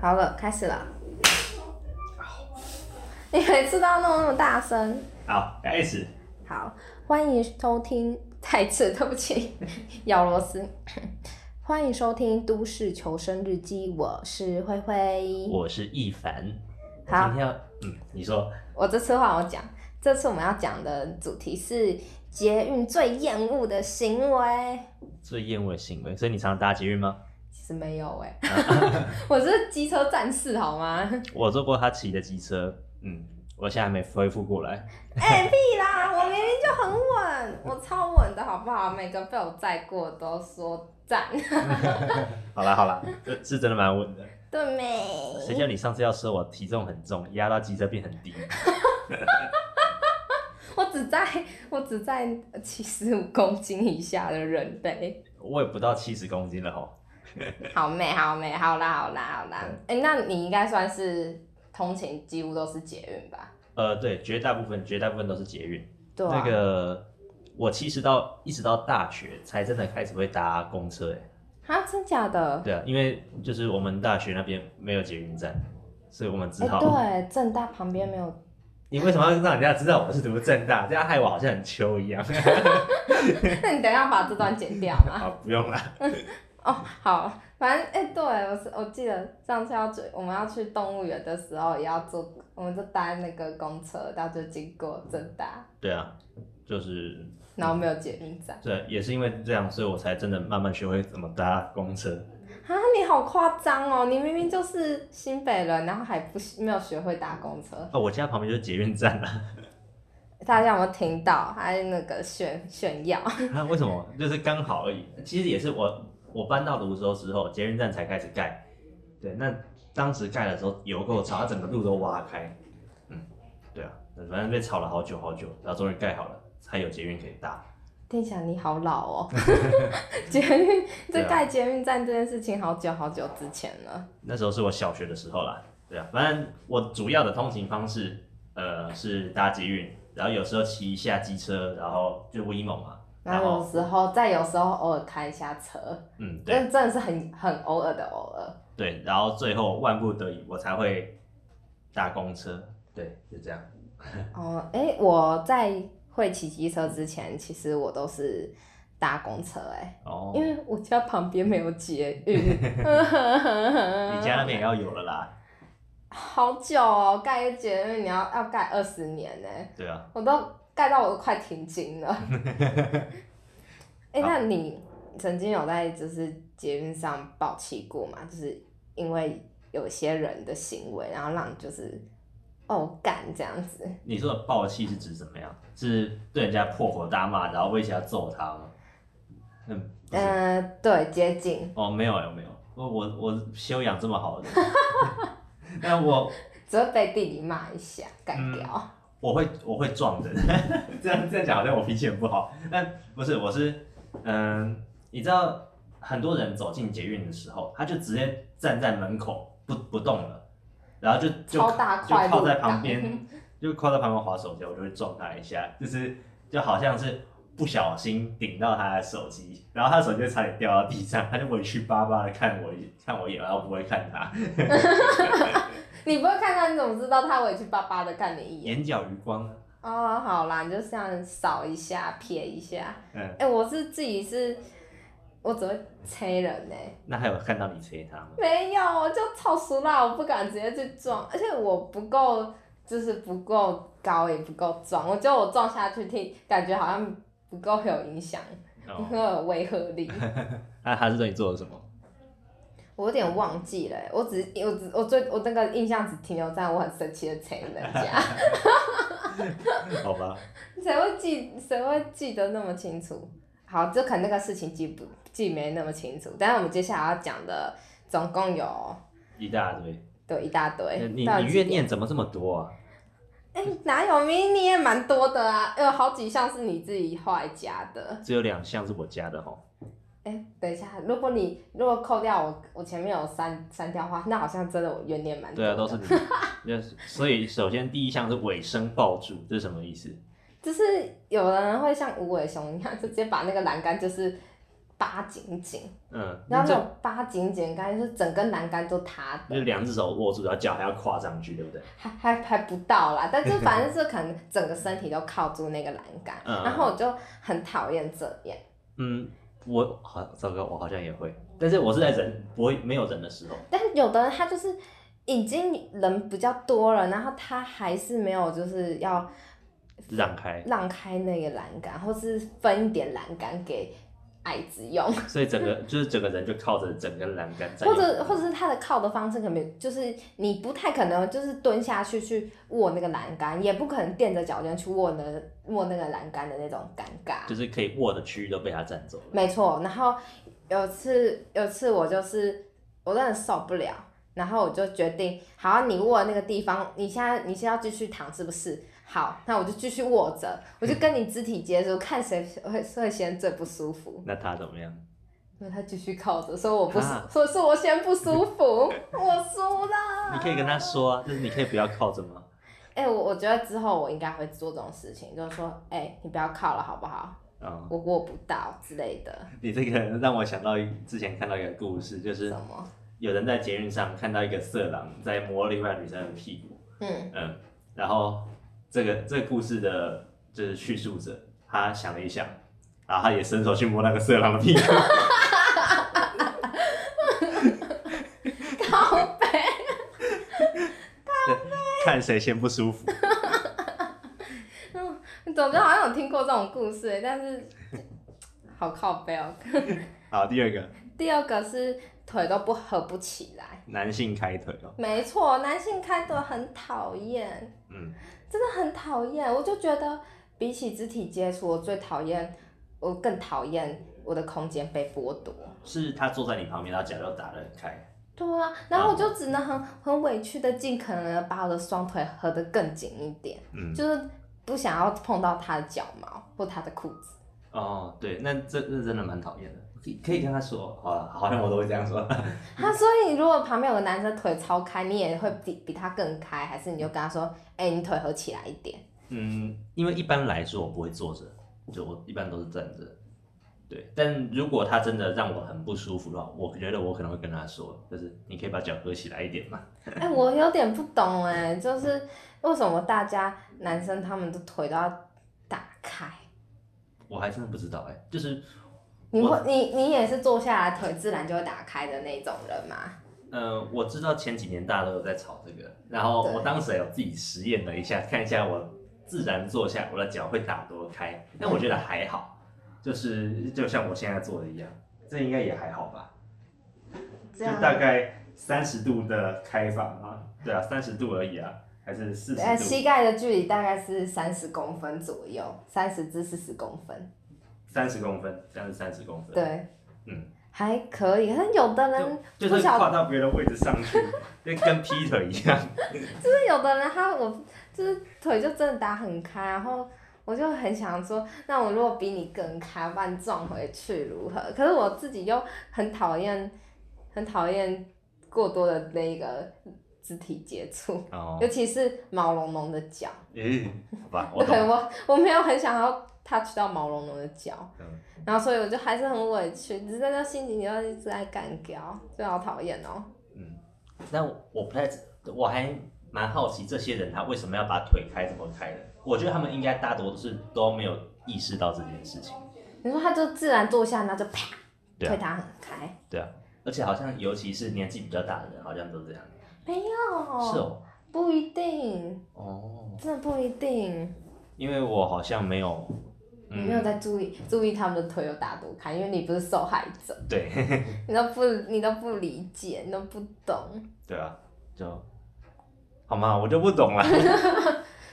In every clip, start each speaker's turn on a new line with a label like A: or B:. A: 好了，开始了。你每次都要弄那么大声。
B: 好，开始。
A: 好，欢迎收听，再次对不起，咬螺丝。欢迎收听《都市求生日记》，我是灰灰。
B: 我是一凡。
A: 好
B: 今天要，嗯，你说，
A: 我这次换我讲，这次我们要讲的主题是捷运最厌恶的行为。
B: 最厌恶的行为，所以你常常搭捷运吗？
A: 其实没有哎、 我是机车战士好吗？
B: 我坐过他骑的机车，嗯，我现在还没恢复过来。
A: 哎、屁啦！我明明就很稳，我超稳的好不好？每个被我载过都说赞，
B: 好啦好啦， 这是真的蛮稳的。
A: 对没？
B: 谁叫你上次要说我体重很重，压到机车变很低？
A: 我只在我只在七十五公斤以下的人类。
B: 我也不到七十公斤了吼。
A: 好美，好美，好啦，好啦，好啦。
B: 嗯
A: 哎、那你应该算是通勤几乎都是捷运吧？
B: 呃，对，绝大部分绝大部分都是捷运。
A: 对啊、
B: 那个，我其实到一直到大学才真的开始会搭公车、欸，
A: 啊，真假的？
B: 对啊，因为就是我们大学那边没有捷运站，所以我们只
A: 哎、
B: 好。
A: 对，正大旁边没有。
B: 你为什么要让人家知道我是读正大？这样害我好像很秋一样。
A: 那你等一下把这段剪掉嘛。
B: 好，不用了。
A: 哦，好，反正哎、对我是我记得上次要去我们要去动物园的时候，也要坐，我们就搭那个公车，然后就经过正大，
B: 对啊，就是
A: 然后没有捷运站。
B: 对，也是因为这样，所以我才真的慢慢学会怎么搭公车。
A: 啊，你好夸张哦！你明明就是新北人，然后还不没有学会搭公车。
B: 哦，我家旁边就是捷运站啊。
A: 大家有没有听到？还那个炫炫耀？
B: 啊为什么？就是刚好而已。其实也是我我搬到泸州之后，捷运站才开始盖。对，那当时盖的时候有够吵，它整个路都挖开。嗯，对啊，反正被吵了好久好久，然后终于盖好了，才有捷运可以搭。
A: 天想你好老哦！捷运
B: 对
A: 这
B: 啊
A: 盖捷运站这件事情好久好久之前了。
B: 那时候是我小学的时候啦，对啊，反正我主要的通勤方式，呃，是搭捷运，然后有时候骑一下机车，然后就 WeMo 嘛，
A: 然后有时候，再有时候偶尔开一下车，
B: 嗯，对
A: 但真的是很很偶尔的偶尔。
B: 对，然后最后万不得已我才会搭公车，对，就这样。
A: 哦，哎，我在会骑机车之前，其实我都是搭公车、哎，
B: 哦，
A: 因为我家旁边没有捷运。
B: 你
A: 你
B: 家那边也要有了啦，
A: 好久哦，盖一个捷运你要要盖二十年呢、
B: 对啊，
A: 我都盖到我都快停经了。 哎、那你曾经有在就是捷运上爆气过吗？就是因为有些人的行为，然后让你就是哦干这样子。
B: 你说的暴气是指怎么样？是对人家破口大骂，然后威胁要揍他吗？嗯，不是
A: 呃，对，接近，
B: 哦，没有有没有，我我我修养这么好的， 但我
A: 只会被弟弟骂一下，干掉。
B: 我会我会撞人，这样这样讲好像我脾气很不好，但不是，我是嗯，你知道很多人走进捷运的时候，他就直接站在门口不不动了，然后就就
A: 超大
B: 就
A: 块
B: 靠在
A: 路感
B: 旁边，就靠在旁边划手机，我就会撞他一下，就是就好像是不小心顶到他的手机，然后他的手机就差点掉到地上，他就委屈巴巴的看我一看我一眼，然后不会看他，
A: 你不会看他，你怎么知道他委屈巴巴的看你一眼？
B: 眼角余光啊，
A: 哦，好啦，你就这样扫一下、瞥一下。
B: 嗯，
A: 哎、我是自己是，我只会催人呢、
B: 那还有看到你捶他吗？
A: 没有，我就超熟啦，我不敢直接去撞，而且我不够，就是不够高，也不够壮。我觉得我撞下去听，感觉好像不够有影响，不
B: 哦，
A: 够有威慑力。
B: 那他是对你做了什么？
A: 我有点忘记了欸，我只我只我最我那个印象只停留在我很生气的踩人家，
B: 好吧，
A: 谁会记谁会记得那么清楚？好，就可能那个事情记不记没那么清楚，但是我们接下来要讲的总共有
B: 一大堆。
A: 对一大堆，
B: 你
A: 到底
B: 你
A: 几
B: 怨
A: 点？
B: 念怎么这么多啊？
A: 哎、哪有迷你也蛮多的啊，有好几项是你自己后来加的。
B: 只有两项是我加 的吼。
A: 哎、等一下，如果你如果扣掉我我前面有删删掉的话，那好像真的我怨念蛮多
B: 对
A: 的。
B: 啊，都是你。 那所以首先第一项是尾声抱住，这是什么意思？
A: 就是有人会像无尾熊一样，直接把那个栏杆就是扒紧紧，
B: 嗯，
A: 然
B: 那
A: 后那
B: 这
A: 种扒紧紧的感觉是整根栏杆都塌的，
B: 就两只手握住，然后脚还要跨上去，对不对？
A: 还还还不到啦，但是反正是可能整个身体都靠住那个栏杆，
B: 嗯
A: 然后我就很讨厌这样。
B: 嗯，我好糟糕，我好像也会，但是我是在人不会没有人的时候，
A: 但有的人他就是已经人比较多了，然后他还是没有就是要
B: 让开，
A: 让开那个栏杆，或是分一点栏杆给矮子用，
B: 所以 整个就是整个人就靠着整根栏杆在，
A: 或者或者是他的靠的方式可能就是你不太可能就是蹲下去去握那个栏杆，也不可能垫着脚尖去握那个握那个栏杆的那种尴尬。
B: 就是可以握的区域都被他占走了。
A: 没错，然后有次有次我就是我真的受不了，然后我就决定，好，你握的那个地方，你现在你现在要继续躺是不是？好，那我就继续握着，我就跟你肢体接触，看谁会会先最不舒服。
B: 那他怎么样？
A: 因为他继续靠着，所以我不舒
B: 啊，
A: 所以是我先不舒 服，我输了。
B: 你可以跟他说啊，就是你可以不要靠着吗？
A: 哎、我我觉得之后我应该会做这种事情，就是说，哎、你不要靠了好不好？
B: 啊、
A: 我握不到之类的，
B: 你这个让我想到一之前看到一个故事，就
A: 什
B: 是
A: 么？
B: 有人在捷运上看到一个色狼在摸另外女生的屁股，
A: 嗯
B: 嗯，然后这个这个故事的就是叙述者，他想了一想，然后他也伸手去摸那个色狼的 屁股，
A: 靠背。
B: 看谁先不舒服。
A: 总之好像有听过这种故事欸，但是好靠背哦。
B: 好，第二个
A: 第二个是腿都不合不起来，
B: 男性开腿哦，
A: 没错，男性开腿很讨厌，
B: 嗯，
A: 真的很讨厌。我就觉得比起肢体接触，我最讨厌，我更讨厌我的空间被剥夺。
B: 是他坐在你旁边，他脚就打得很开，
A: 对啊，然后我就只能很很委屈的，尽可能的把我的双腿合得更紧一点，
B: 嗯，
A: 就是不想要碰到他的脚毛或他的裤子。
B: 哦，对，那这这真的蛮讨厌的，可以可以跟他说，好了，好像我都会这样说，
A: 他啊所以如果旁边有个男生腿超开，你也会比比他更开，还是你就跟他说，哎、你腿合起来一点。
B: 嗯，因为一般来说我不会坐着，就我一般都是站着。对，但如果他真的让我很不舒服的话，我觉得我可能会跟他说，就是你可以把脚合起来一点嘛。
A: 哎、我有点不懂哎、就是为什么大家男生他们的腿都要打开？
B: 我还真的不知道哎、就是
A: 你
B: 我
A: 会你你也是坐下来腿自然就会打开的那种人吗？
B: 呃，我知道前几年大家都有在吵这个，然后
A: 对
B: 我当时有自己实验了一下，看一下我自然坐下我的脚会打多开，但我觉得还好，就是就像我现在做的一样，这应该也还好吧。
A: 这
B: 就
A: 样
B: 大概三十度的开法吗？对啊，三十度而已啊，还是四十
A: 呃，
B: 度？
A: 膝盖的距离大概是三十公分左右，三十至四十公分，
B: 三十公分，这样是三十公分。，
A: 对，
B: 嗯，
A: 还可以。可是有的人
B: 就
A: 不
B: 就是
A: 晓得
B: 跨到别人的位置上去， 就跟劈腿一样。
A: 就是有的人他我就是腿就真的打很开，然后我就很想说，那我如果比你更开，把你撞回去如何？可是我自己又很讨厌，很讨厌过多的那个肢体接触，
B: 哦
A: 尤，其是毛茸茸的脚。
B: 诶，好吧，我
A: 对
B: 懂。
A: 我我没有很想要 touch 到毛茸茸的脚，
B: 嗯
A: 然后所以我就还是很委屈，只是那心情就一直在干掉，就好讨厌哦。
B: 嗯，那我不太，我还蛮好奇这些人他为什么要把腿开怎么开的？我觉得他们应该大多都是都没有意识到这件事情。
A: 你说他就自然坐下，那就啪，
B: 对啊
A: 腿打很开。
B: 对啊，而且好像尤其是年纪比较大的人，好像都这样。
A: 没有，
B: 是哦，
A: 不一定，
B: 哦，
A: 真的不一定。
B: 因为我好像没有，
A: 你没有在注意注意他们的腿有打多开，因为你不是受害者，
B: 对
A: 你都不你都不理解，你都不懂。
B: 对啊，就好吗？我就不懂了。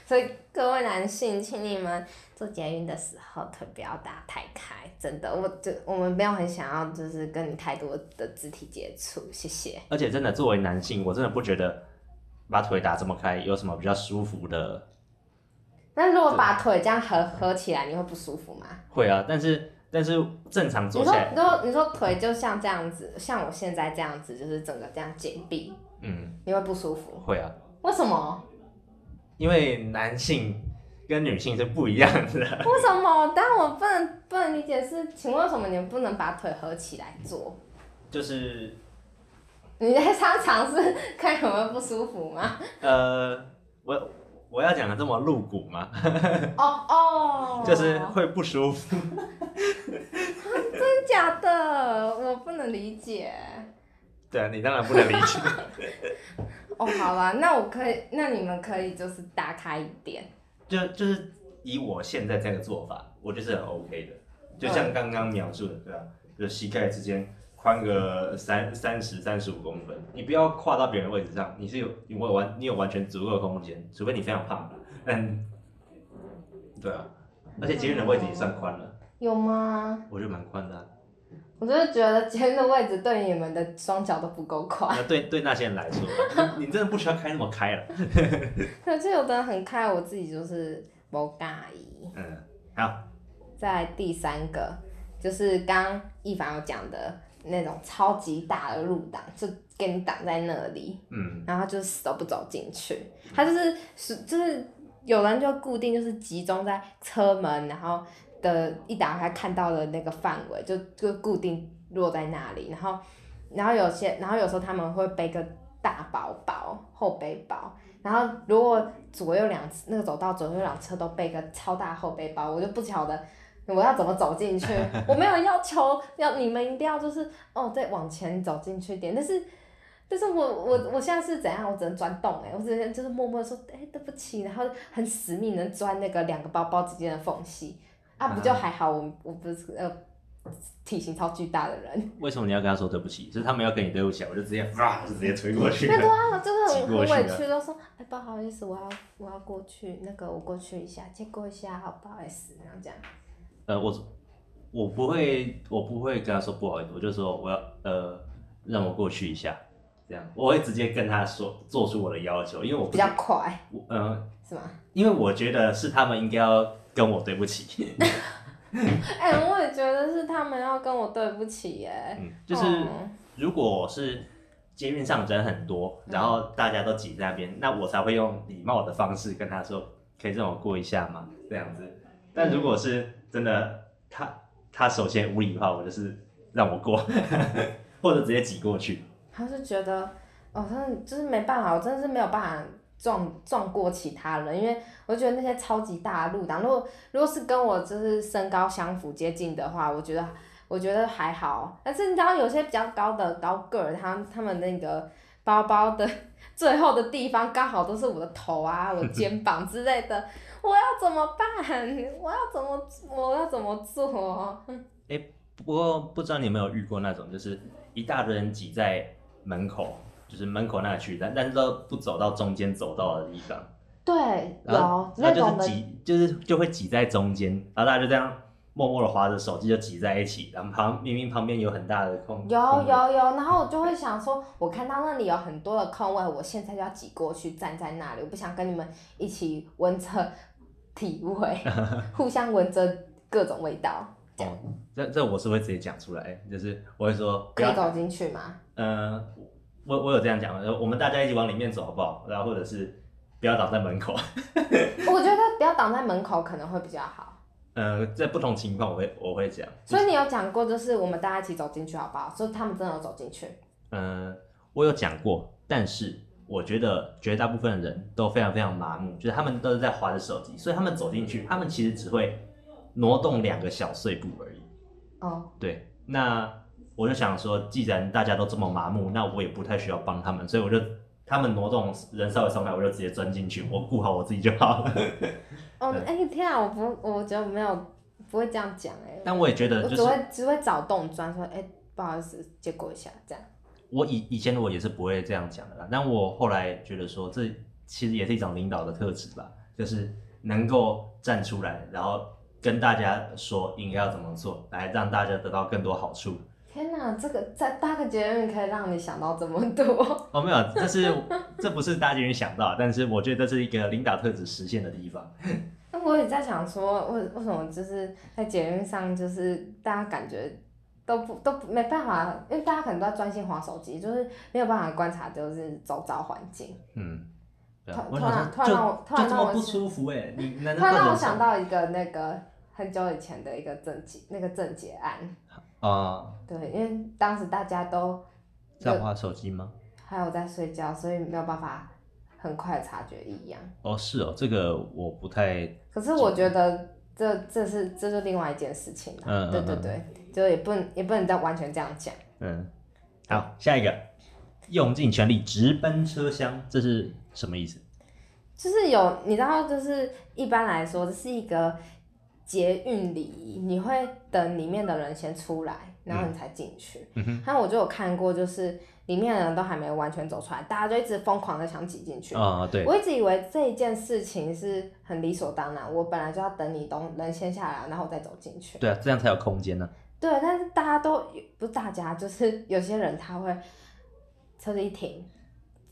A: 所以各位男性，请你们做捷运的时候腿不要打太开，真的，我就我们没有很想要就是跟你太多的肢体接触，谢谢。
B: 而且真的，作为男性，我真的不觉得把腿打这么开有什么比较舒服的。
A: 那如果把腿这样合合起来，你会不舒服吗？
B: 会啊，但是但是正常
A: 你
B: 坐下
A: 说
B: 来，
A: 如果你说腿就像这样子，像我现在这样子，就是整个这样紧闭，
B: 嗯，
A: 你会不舒服？
B: 会啊，
A: 为什么？
B: 因为男性跟女性是不一样的。
A: 为什么？但我不能不能理解是，请问为什么你们不能把腿合起来做？
B: 就是
A: 你在商场是看有没有不舒服吗？
B: 呃，我我要讲的这么露骨吗？
A: 哦哦，
B: 就是会不舒服。
A: 真假的，我不能理解。
B: 对啊，你当然不能理解。
A: 哦，好啦，那我可以，那你们可以就是打开一点。
B: 就就是以我现在这个做法，我就是很 OK 的。
A: 嗯
B: 就像刚刚描述的，对吧、就膝盖之间宽个三三十三十五公分，你不要跨到别人位置上，你是有你有完你有完全足够的空间，除非你非常胖。但对啊，而且捷运的位置也算宽了，
A: 有吗？
B: 我觉得蛮宽的啊、
A: 我就是觉得今天的位置对你们的双脚都不够宽，
B: 那对对那些人来说，你 你真的不需要开那么开了。
A: 可是有的人很开，我自己就是不介意。
B: 嗯，好，
A: 在第三个就是刚一凡有讲的那种超级大的入挡，就给你挡在那里，
B: 嗯，
A: 然后就死都不走进去。他就是是就是有人就固定就是集中在车门，然后的一打开看到的那个范围就就固定落在那里，然后然后有些然后有时候他们会背个大包包后背包。然后，如果左右两那个走道左右两侧都背个超大后背包，我就不晓得我要怎么走进去。我没有要求要你们一定要就是哦，再往前走进去一点，但是但是我我我现在是怎样？我只能钻洞哎、我只能就是默默地说哎、对不起，然后很死命能钻那个两个包包之间的缝隙啊，不就还好我我不是呃体型超巨大的 人，
B: 为什么你要跟他说对不起？是他们要跟你对不起啊，我就直接哇，就直接推过去
A: 那对啊，就是
B: 挤
A: 很
B: 过
A: 很
B: 去
A: 委
B: 了
A: 屈，就说哎、不好意思，我要我要过去那个我过去一下，借过一下，好不好意思，然后这样。
B: 呃，我我不会，我不会跟他说不好意思，我就说我要呃，让我过去一下，这样我会直接跟他说做出我的要求，因为我不
A: 比较快，
B: 我呃，
A: 是 吗？
B: 因为我觉得是他们应该要跟我对不起，
A: 哎、我也觉得是他们要跟我对不起耶。
B: 嗯，就是
A: 哦
B: 如果是捷运上人很多，然后大家都挤在那边，那我才会用礼貌的方式跟他说，可以让我过一下吗？这样子。但如果是真的他他首先无理的话，我就是让我过， 或者直接挤过去。
A: 他是觉得，哦，真的就是没办法，我真的是没有办法撞撞过其他人，因为我觉得那些超级大的路档，如果如果是跟我就是身高相符接近的话，我觉得我觉得还好。但是你知道有些比较高的高个儿，他他们那个包包的最后的地方刚好都是我的头啊、我肩膀之类的，我要怎么办？我要怎么 我要怎么做？
B: 不过不知道你有没有遇过那种，就是一大堆人挤在门口，就是门口那个区，但但是都不走到中间走道的地方，
A: 对，
B: 然
A: 有
B: 后
A: 那
B: 然后就
A: 种
B: 是
A: 的
B: 挤，就是就会挤在中间，然后大家就这样默默的划着手机就挤在一起，然后旁明明旁边有很大的空，
A: 有
B: 空
A: 有有，然后我就会想说，我看到那里有很多的空位，我现在就要挤过去站在那里，我不想跟你们一起闻着体 味，互相闻着各种味道，
B: 位哦，这这我是会直接讲出来，就是我会说不
A: 可以
B: 要，
A: 走进去吗？
B: 呃，我我有这样讲，呃我们大家一起往里面走好不好？然后或者是不要挡在门口，
A: 我觉得不要挡在门口可能会比较好。
B: 呃，在不同情况我会我会讲，
A: 所以你有讲过，就是我们大家一起走进去好不好？所以他们真的有走进去。
B: 嗯，我有讲过，但是我觉得绝大部分的人都非常非常麻木，就是他们都是在划着手机，所以他们走进去，他们其实只会挪动两个小碎步而已。
A: 哦，
B: 对，那我就想说，既然大家都这么麻木，那我也不太需要帮他们，所以我就他们挪动人稍微松开，我就直接钻进去，我顾好我自己就好了。
A: 哦，
B: 嗯
A: 哎、天啊，我不，我觉得没有不会这样讲哎、
B: 但我也觉
A: 我
B: 得，就
A: 只
B: 是
A: 会只会找洞钻说，哎、不好意思，借过一下这样。
B: 我以以前我也是不会这样讲的啦，但我后来觉得说，这其实也是一种领导的特质吧，就是能够站出来，然后跟大家说应该要怎么做，来让大家得到更多好处。
A: 天哪，这个在搭个捷运可以让你想到这么多，
B: 哦，没有，这是这不是大家人想到，但是我觉得这是一个领导特质实现的地方。嗯
A: 那我也在想说，为为什么就是在捷运上，就是大家感觉都不都不没办法，因为大家可能都在专心划手机，就是没有办法观察就是周遭环境。
B: 嗯，对啊，
A: 突
B: 我
A: 突然
B: 想
A: 突
B: 说
A: 然
B: 就
A: 让我突
B: 就
A: 然让
B: 这么
A: 我
B: 不
A: 想
B: 舒服哎，你难
A: 突
B: 道
A: 然让
B: 不
A: 我
B: 能
A: 想
B: 爽
A: 到一个那个很久以前的一个症结，那个症结案。
B: 啊？
A: 对，因为当时大家都
B: 在划手机吗？
A: 还有在睡觉，所以没有办法很快察觉异样。
B: 哦，是哦，这个我不太
A: 可是我觉得这这是这是另外一件事情了。
B: 嗯嗯
A: 对对
B: 嗯
A: 对，就也不能也不能再完全这样讲。
B: 嗯，好，下一个，用尽全力直奔车厢，这是什么意思？
A: 就是有，你知道，就是一般来说，这是一个捷运礼仪，你会等里面的人先出来，然后你才进去。
B: 嗯哼，
A: 还有我就有看过，就是里面的人都还没有完全走出来，大家就一直疯狂的想挤进去。
B: 啊、对，
A: 我一直以为这一件事情是很理所当然，我本来就要等你等人先下来，然后我再走进去。
B: 对啊，这样才有空间呢、
A: 对，但是大家都不是大家，就是 有些人他会车子一停，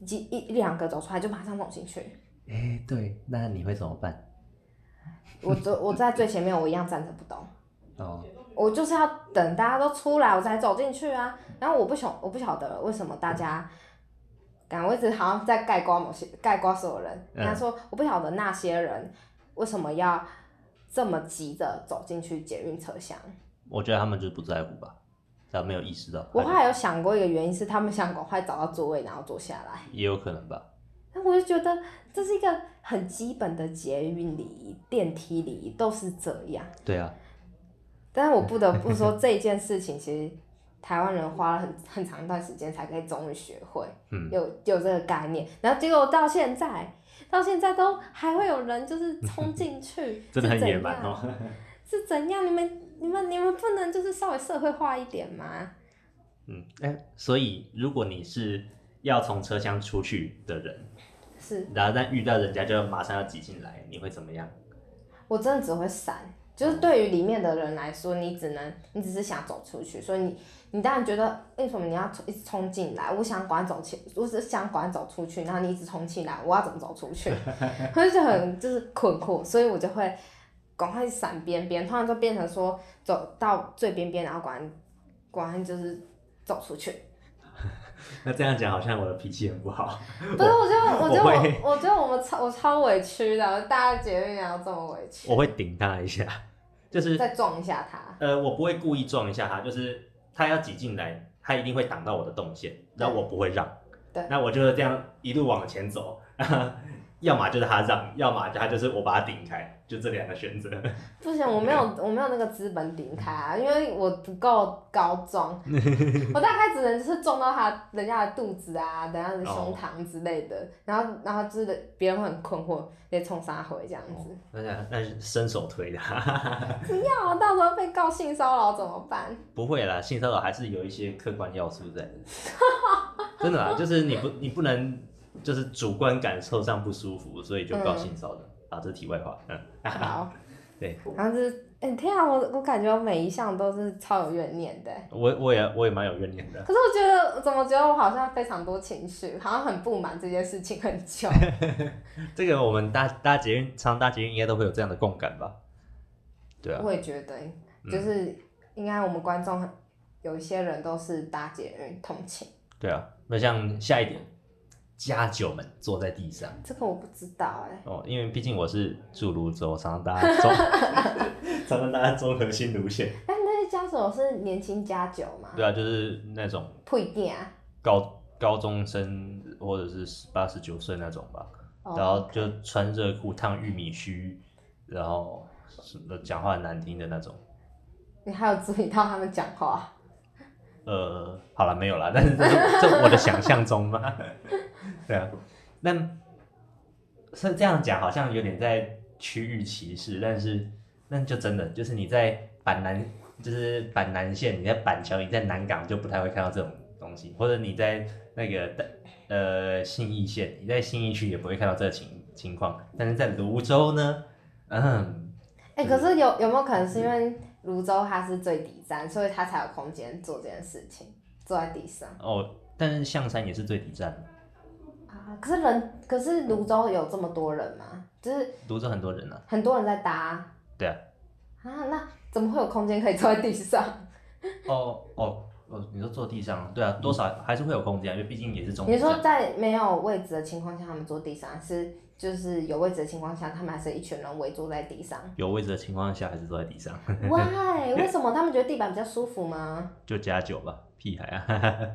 A: 几一一两个走出来就马上走进去。
B: 哎，对，那你会怎么办？
A: 我走我在最前面，我一样站着不动，
B: 哦，
A: 我就是要等大家都出来，我才走进去啊。然后我不晓我不晓得为什么大家，感觉我一直好像在盖瓜某些盖瓜所有人。
B: 嗯
A: 他说我不晓得那些人为什么要这么急着走进去捷运车厢。
B: 我觉得他们就是不在乎吧，他没有意识到，
A: 我后来有想过一个原因是他们想赶快找到座位，然后坐下来。
B: 也有可能吧。
A: 那我就觉得这是一个很基本的捷运礼仪、电梯礼仪都是这样。
B: 对啊，
A: 但是我不得不说，这一件事情其实台湾人花了很很长一段时间才可以终于学会，
B: 嗯
A: 有有这个概念。然后结果到现在，到现在都还会有人就是冲进
B: ，
A: 去
B: 真的很野蛮哦
A: 是怎样。是怎样？你们你们你们不能就是稍微社会化一点吗？
B: 嗯，哎，所以如果你是要从车厢出去的人，
A: 是
B: 然后但遇到人家就马上要挤进来，你会怎么样？
A: 我真的只会闪。就是对于里面的人来说，你只能，你只是想走出去，所以你，你当然觉得为什么你要冲一直冲进来？我想管走起，我只想管走出去，然后你一直冲进来，我要怎么走出去？ 我就觉得很就是困惑，所以我就会赶快闪边边，突然就变成说走到最边边，然后管管就是走出去。
B: 那这样讲好像我的脾气很不好。
A: 不是，我觉得，我觉得
B: 我会
A: 我，我觉得我们超我超委屈的，大家决定要这么委屈，
B: 我会顶他一下，就是
A: 再撞一下他。
B: 呃，我不会故意撞一下他，就是他要挤进来，他一定会挡到我的动线，然后我不会让。
A: 对
B: 那我就是这样一路往前走， 要么就是他让，要么他就是我把他顶开，就这两个选择。
A: 不行，我没有，我没有那个资本顶开啊，因为我不够高壮，我大概只能就是撞到他人家的肚子啊，人家的胸膛之类的，然后然后就是别人会很困惑，得冲杀回这样子。
B: 那哦那是伸手推的，
A: 要、啊、到时候被告性骚扰怎么办？
B: 不会啦，性骚扰还是有一些客观要素在的。真的啦，就是你不你不能就是主观感受上不舒服，所以就告性骚扰。啊，这是题外话。嗯，
A: 好，
B: 对，
A: 然后就是，哎、天啊，我我感觉我每一项都是超有怨念的、
B: 我我也我也蛮有怨念的。
A: 可是我觉得，怎么觉得我好像非常多情绪，好像很不满这件事情很久。
B: 这个我们搭搭捷运、常搭捷运应该都会有这样的共感吧？对啊，
A: 我也觉得，
B: 嗯
A: 就是应该我们观众很有一些人都是搭捷运通勤，
B: 对啊。那像下一点，家酒们坐在地上
A: 这个我不知道哎、
B: 哦，因为毕竟我是住泸州，常常搭中，常常搭中和新路线。
A: 哎、那些家属是年轻家酒吗？
B: 对啊，就是那种
A: 不一定啊。
B: 高高中生或者是十八十九岁那种吧，然
A: 哦，
B: 后就穿热裤、烫玉米须，然后什么讲话很难听的那种。
A: 你还有注意到他们讲 话？
B: 呃，好了，没有了，但是这是这我的想象中嘛，对啊，那是这样讲，好像有点在区域歧视，但是那就真的就是你在板南，就是板南线，你在板桥，你在南港就不太会看到这种东西，或者你在那个呃信义线，你在信义区也不会看到这个情情况，但是在泸州呢，嗯，
A: 哎、可是有有没有可能是因为泸州它是最底站，所以它才有空间做这件事情，坐在地上
B: 哦，但是象山也是最底站的，
A: 啊？可是人，可是泸州有这么多人吗？就是
B: 泸州很多人啊，
A: 很多人在搭啊，
B: 对啊。
A: 啊那怎么会有空间可以坐在地上？
B: 哦哦，哦，你说坐地上，对啊，多少还是会有空间，因为毕竟也是中
A: 嗯你
B: 古
A: 说
B: 站。
A: 在没有位置的情况下，他们坐地上，还是就是有位置的情况下，他们还是一群人围坐在地 上
B: 有位置的情况下，还是坐在地上，
A: ？Why？为什么他们觉得地板比较舒服吗？
B: 就加酒吧，屁孩啊！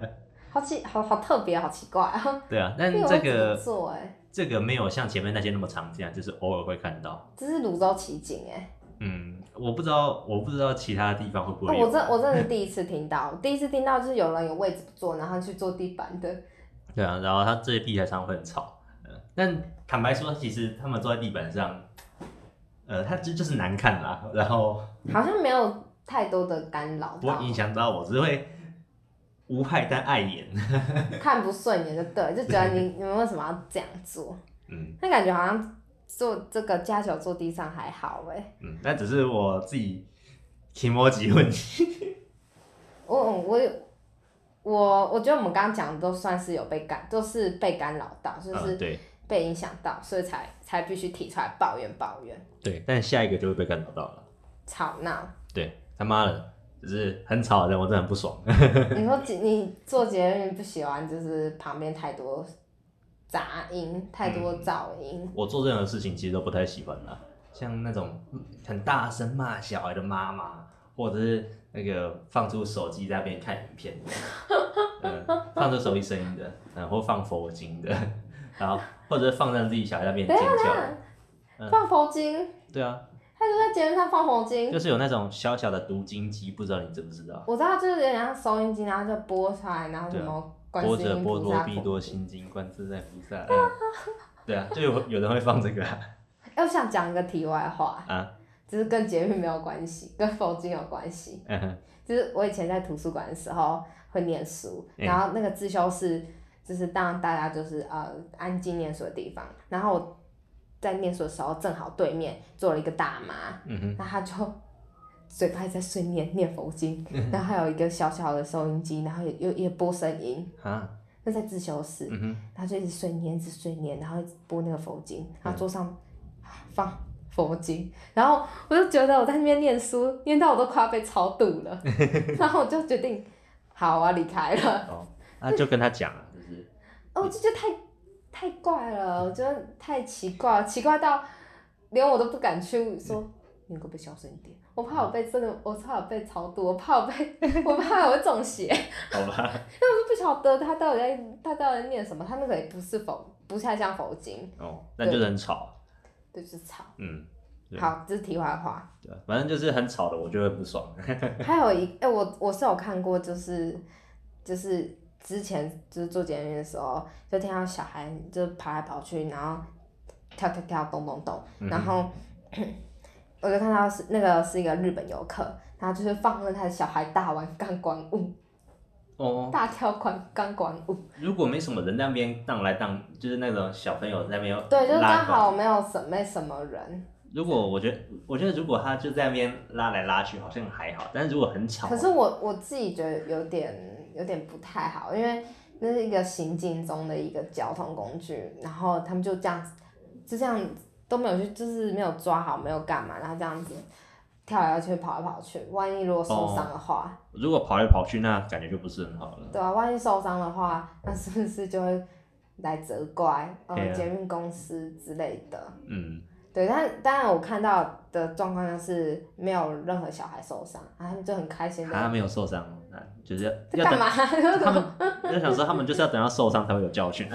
A: 好奇，好好特别，好奇怪啊！
B: 对啊，但
A: 因为我
B: 这
A: 只能
B: 个
A: 做哎，
B: 这个没有像前面那些那么常见啊，就是偶尔会看到。
A: 这是泸州奇景哎、
B: 嗯，我不知道，我不知道其他地方会不
A: 哦
B: 会有。
A: 我真我真的是第一次听到， 第一次听到就是有人有位置不坐，然后去坐地板的。
B: 对啊，然后他这些地台上会很吵。嗯，但坦白说，其实他们坐在地板上，呃，他就就是难看啦，然后
A: 好像没有太多的干扰
B: 不
A: 到
B: 会，影响到嗯我，只会无害但碍眼。
A: 看不顺眼就对，就觉得你 你们为什么要这样做？
B: 嗯
A: 那感觉好像坐这个加球坐地上还好哎、
B: 嗯，那只是我自己提摩吉问题。
A: 我嗯我有我我觉得我们刚刚讲的都算是有被干，都是被干扰到，就
B: 嗯，
A: 是
B: 对
A: 被影响到，所以才才必须提出来抱怨抱怨
B: 对，但下一个就会被干扰到了。
A: 吵闹。
B: 对，他妈的，就是很吵的人，我真的很不爽。
A: 你说捷你做捷运不喜欢就是旁边太多杂音，太多
B: 嗯
A: 噪音。
B: 我做任何事情其实都不太喜欢啦，像那种很大声骂小孩的妈妈，或者是那个放出手机在那边看影片的，嗯，放出手机声音的，嗯，或放佛经的，然后或者是放让自己小孩在那边
A: 等
B: 尖
A: 一下，
B: 叫
A: 等
B: 的，
A: 一下，啊
B: 嗯
A: 放佛经，
B: 对啊，
A: 他就在捷运上放佛经
B: 就。是有那种小小的读经机，不知道你知不知道？
A: 我知道，就是有点像收音机，然后就播出来，然后什
B: 对啊
A: 么观
B: 波
A: 世
B: 折
A: 音
B: 波
A: 菩
B: 罗
A: 萨
B: 毕
A: 佛。
B: 多心经，观自在菩萨，嗯， 对啊，就有有人会放这个啊，
A: 哎，我想讲一个题外话，
B: 啊
A: 只是跟捷运没有关系，跟佛经有关系。
B: 嗯哼
A: 就是我以前在图书馆的时候会念书，
B: 嗯
A: 然后那个自修室就是让大家就是呃安静念书的地方。然后我在念书的时候，正好对面坐了一个大妈，
B: 嗯哼，
A: 那她就嘴巴一直在碎念念佛经，
B: 嗯
A: 然后还有一个小小的收音机，然后也又也播声音，
B: 啊，
A: 那在自修室，
B: 嗯哼。
A: 她就一直碎念，一直碎念，然后一直播那个佛经，然后桌上放。佛经，然后我就觉得我在那边念书，念到我都快要被超度 了，然后我就决定，好，我要离开了。
B: 哦，那就跟他讲啊，就是
A: 哦，这就太太怪了，我觉得太奇怪了，奇怪到连我都不敢去说，
B: 嗯
A: 你可不可以小声一点？我怕我被这个，我怕我被超度，我怕我被， 我怕我会中邪，因
B: 好
A: 为
B: 吧，
A: 我就不晓得他到底在他到底在念什么，他那个也不是佛，不太像佛经，
B: 哦，那就是很吵，
A: 对，就是吵。
B: 嗯，对
A: 好，这是题外话。
B: 对，啊反正就是很吵的，我就会不爽，
A: 还有一哎、我我是有看过，就是就是之前就是做检验的时候，就听到小孩就跑来跑去，然后跳跳跳，咚咚咚，然后、 我就看到是那个是一个日本游客，然后就是放任他的小孩大玩钢管舞，
B: 哦，
A: 大跳管钢管舞，
B: 如果没什么人在那边荡来荡，就是那种小朋友在那边
A: 对，就是
B: 拉
A: 刚
B: 管。
A: 好没有什没什么人，
B: 如果我觉得，我觉得如果他就在那边拉来拉去，好像还好，但是如果很吵，
A: 可是我我自己觉得有点有点不太好，因为那是一个行进中的一个交通工具，然后他们就这样子，就这样都没有去，就是没有抓好，没有干嘛，然后这样子跳来跳去，跑来跑去，万一如果受伤的话，
B: 如果跑来跑去，那感觉就不是很好了。
A: 对啊，万一受伤的话，那是不是就会来责怪呃
B: 对啊
A: 捷运公司之类的？
B: 嗯，
A: 对，但当然我看到的状况就是没有任何小孩受伤，然后他们就很开心
B: 他
A: 的。
B: 没有受伤，那就是
A: 在
B: 要要
A: 干
B: 等
A: 嘛？
B: 他们，我就想说他们就是要等到受伤才会有教训。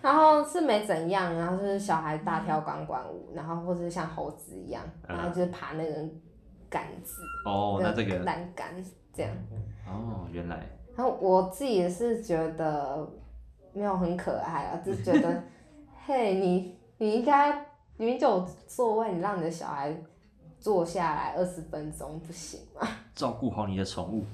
A: 然后是没怎样，然后就是小孩大跳钢管舞，然后或者是像猴子一样，
B: 嗯
A: 然后就是爬那个杆子，
B: 哦，那这个，
A: 栏杆这样。
B: 哦，原来，
A: 然后我自己也是觉得没有很可爱啊，就是觉 得，嘿，你你应该明明就有座位，你让你的小孩坐下来二十分钟不行吗？
B: 照顾好你的宠物。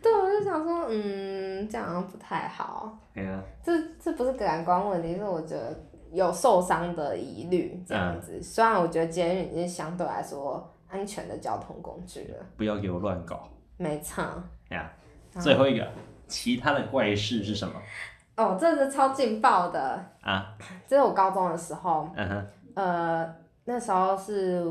A: 对，我就想说，嗯，这样好像不太好。
B: 对啊，
A: 这这不是感官问题，是我觉得有受伤的疑虑这样
B: 嗯
A: 子。虽然我觉得监狱已经相对来说安全的交通工具了，
B: 不要给我乱搞。
A: 没错。
B: 哎呀，
A: 然后
B: 最后一个，其他的怪事是什么
A: 哦，这是超劲爆的，
B: 啊？
A: 这是我高中的时候，
B: 嗯哼，
A: 呃，那时候是。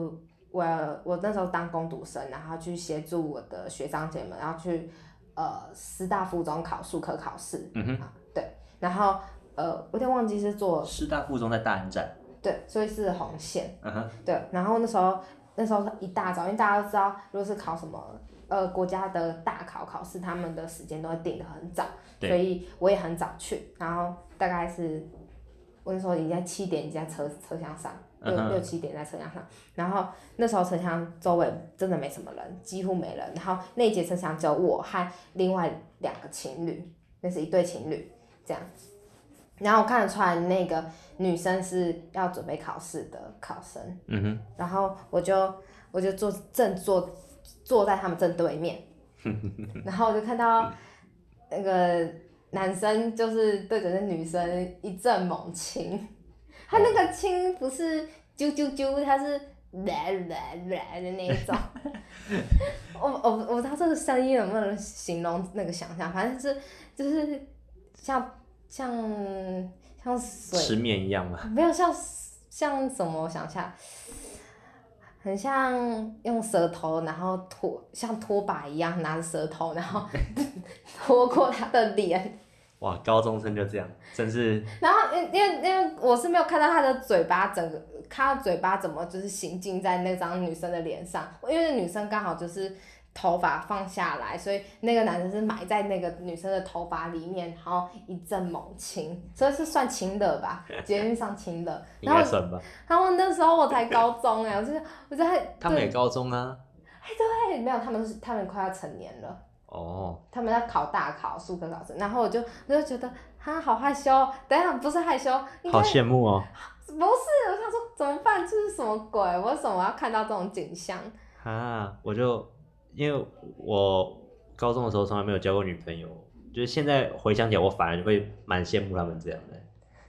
A: 我我那时候当工读生，然后去协助我的学长姐们，然后去呃师大附中考数科考试，
B: 嗯哼，
A: 啊对，然后呃我有点忘记是做
B: 师大附中在大安站，
A: 对，所以是红线。
B: 嗯哼，
A: 对，然后那时候那时候一大早，因为大家都知道，如果是考什么呃国家的大考考试，他们的时间都会定得很早，
B: 对
A: 所以我也很早去，然后大概是我那时候已经在七点已经在车车厢上。六
B: 嗯哼
A: 六七点在车厢上，然后那时候车厢周围真的没什么人，几乎没人。然后那一节车厢只有我和另外两个情侣，那是一对情侣这样。然后我看得出来，那个女生是要准备考试的考生，
B: 嗯哼，
A: 然后我就我就坐正坐坐在他们正对 面，然后我就看到那个男生就是对着那女生一阵猛
B: 哦
A: 亲，他那个亲不是啾啾啾，他是来来来的那一 种。我我我不知道这个声音能不能形容那个想象，反正是就是像像像水
B: 吃面一样嘛，
A: 啊没有像像什么，我想一下，很像用舌头，然后拖像拖把一样拿着舌头，然后 拖过他的脸，
B: 哇，高中生就这样，真是
A: 然后因因为因为我是没有看到他的嘴巴整个，看到嘴巴怎么就是行进在那张女生的脸上，因为那女生刚好就是。头发放下来，所以那个男生是埋在那个女生的头发里面，然后一阵猛亲，所以是算亲的吧？捷运上亲的，
B: 应
A: 然后
B: 该算吧，
A: 然后那时候我才高中哎、我就是我在哎
B: 他们也高中啊，
A: 对没有，他们是他们快要成年了，
B: 哦，
A: 他们要考大考数科考试，然后我就我就觉得他好害羞哦，等一下不是害羞，应该
B: 好
A: 不是，
B: 羡慕哦，
A: 我想说怎么办，这是什么鬼？为什么要看到这种景象？
B: 啊，我就因为我高中的时候从来没有交过女朋友，就是现在回想起来，我反而会蛮羡慕他们这样的。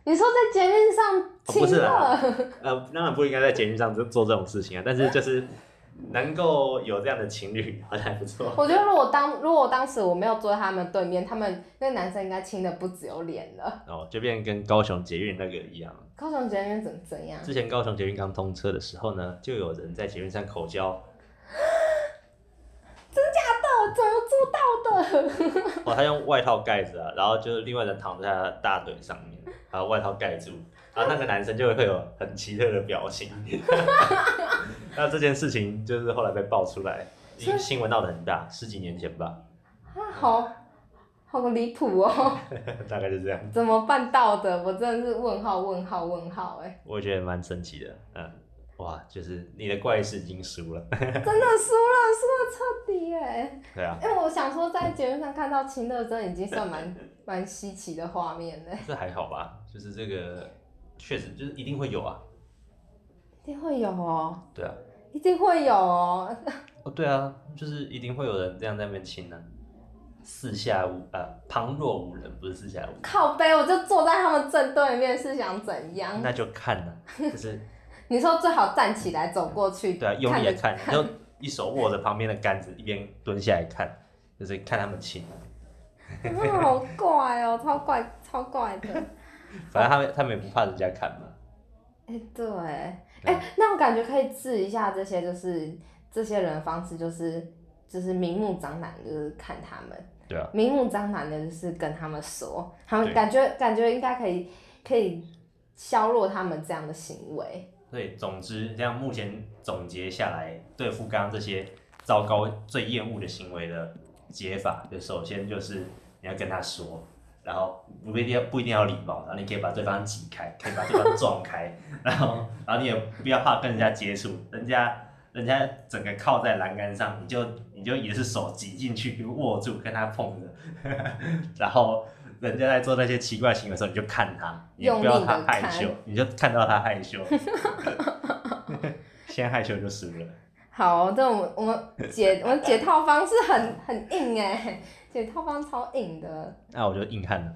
A: 你说在捷运上
B: 哦不
A: 亲
B: 是
A: 热，
B: 啦呃，当然不应该在节目上做做这种事情啊，但是就是能够有这样的情侣，好像还不错。
A: 我觉得如果当如果我当时我没有坐在他们对面，他们那个男生应该亲的不只有脸了。
B: 哦，就变跟高雄捷运那个一样。
A: 高雄捷运怎么怎样？
B: 之前高雄捷运刚通车的时候呢，就有人在捷运上口交，
A: 哦，怎么做到的？
B: 哦，他用外套盖着啊，然后就是另外人躺在他的大腿上面，然后外套盖住，然后那个男生就会有很奇特的表情。 那这件事情就是后来被爆出来，
A: 所以
B: 新闻闹得很大，十几年前吧，
A: 啊，好好离谱哦。
B: 大概就这样。
A: 怎么办到的？我真的是问号问号问号哎、
B: 我觉得蛮神奇的，嗯，哇，就是你的怪事已经输了，
A: 真的输了，输的彻底哎、
B: 对啊，
A: 因为我想说，在节目上看到亲热，真的已经算蛮 蛮稀奇的画面了、
B: 这还好吧？就是这个确实就是一定会有啊，
A: 一定会有哦、
B: 对啊，
A: 一定会有哦、
B: 哦对啊，就是一定会有人这样在那边亲呢、啊四下无呃旁若无人，不是四下无人。
A: 靠背，我就坐在他们正对面，是想怎样？
B: 那就看了，就是
A: 你说最好站起来走过去，
B: 对啊，用力的
A: 着
B: 看，然后一手握着旁边的杆子，一边蹲下来看，就是看他们亲。
A: 啊好怪哦、超怪超怪的。
B: 反正他们他们也不怕人家看嘛。
A: 哎、对，哎、
B: 对
A: 那我感觉可以治一下这些，就是这些人的方式，就是就是明目张胆，就是看他们，
B: 对啊，
A: 明目张胆的，就是跟他们说，他们
B: 对
A: 感觉感觉应该可以可以削弱他们这样的行为。
B: 所以总之，这样目前总结下来，对付刚刚这些糟糕、最厌恶的行为的解法，就首先就是你要跟他说，然后不一定要不一定要礼貌，然后你可以把对方挤开，可以把对方撞开， 然后然后你也不要怕跟人家接触，人家人家整个靠在栏杆上，你就你就也是手挤进去握住跟他碰着， 然后人家在做那些奇怪行为的时候，你就看他，你也不要他害羞
A: 用力地，
B: 你就看到他害羞， 先害羞就输了。
A: 好，这我们我们解我们解套方式很很硬哎、解套方超硬的，
B: 那我就硬汉了，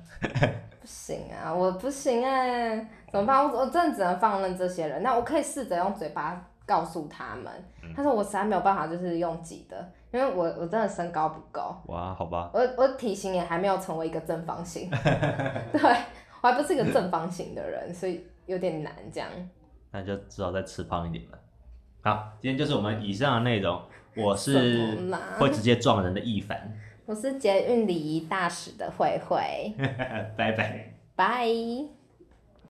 A: 不行啊，我不行哎、怎么办？我我真的只能放任这些人。那我可以试着用嘴巴告诉他们，但是我实在没有办法，就是用挤的，因为我我真的身高不够，
B: 哇，好吧，
A: 我我体型也还没有成为一个正方形， 对我还不是一个正方形的人，所以有点难这样。
B: 那就只好再吃胖一点了。好，今天就是我们以上的内容。我
A: 什
B: 是
A: 么啦
B: 会直接撞人的一凡，
A: 我是捷运礼仪大使的慧慧，
B: 拜拜。
A: 拜。